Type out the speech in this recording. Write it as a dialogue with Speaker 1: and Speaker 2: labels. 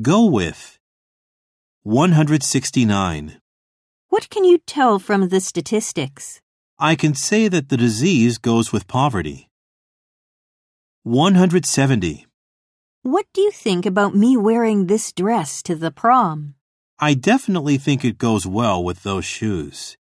Speaker 1: Go with. 169.
Speaker 2: What can you tell from the statistics?
Speaker 1: I can say that the disease goes with poverty. 170.
Speaker 2: What do you think about me wearing this dress to the prom?
Speaker 1: I definitely think it goes well with those shoes.